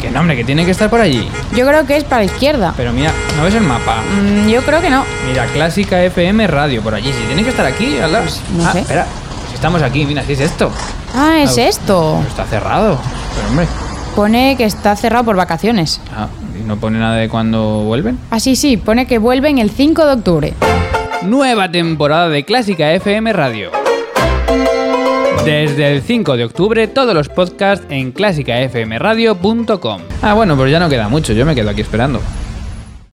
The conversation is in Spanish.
Que no, hombre, que tiene que estar por allí. Yo creo que es para la izquierda. Pero mira, ¿no ves el mapa? Mm, yo creo que no. Mira, Clásica FM Radio, por allí. Si tiene que estar aquí, al lado. no Ah, sé. espera. Pues estamos aquí, mira, ¿qué es esto? Ah, es Ah, esto. Pero está cerrado. Pero, hombre. Pone que está cerrado por vacaciones. Ah, ¿y no pone nada de cuándo vuelven? Ah, sí, sí, pone que vuelven el 5 de octubre. Nueva temporada de Clásica FM Radio. Desde el 5 de octubre, todos los podcasts en clásicafmradio.com. Ah, bueno, pues ya no queda mucho, yo me quedo aquí esperando.